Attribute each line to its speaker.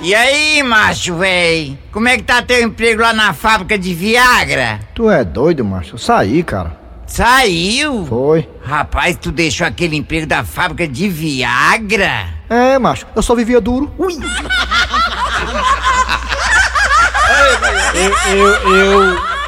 Speaker 1: E aí, macho, véi? Como é que tá teu emprego lá na fábrica de Viagra?
Speaker 2: Tu é doido, macho? Eu saí, cara.
Speaker 1: Saiu?
Speaker 2: Foi.
Speaker 1: Rapaz, tu deixou aquele emprego da fábrica de Viagra?
Speaker 2: É, macho, eu só vivia duro. Ui!
Speaker 3: Eu, eu, eu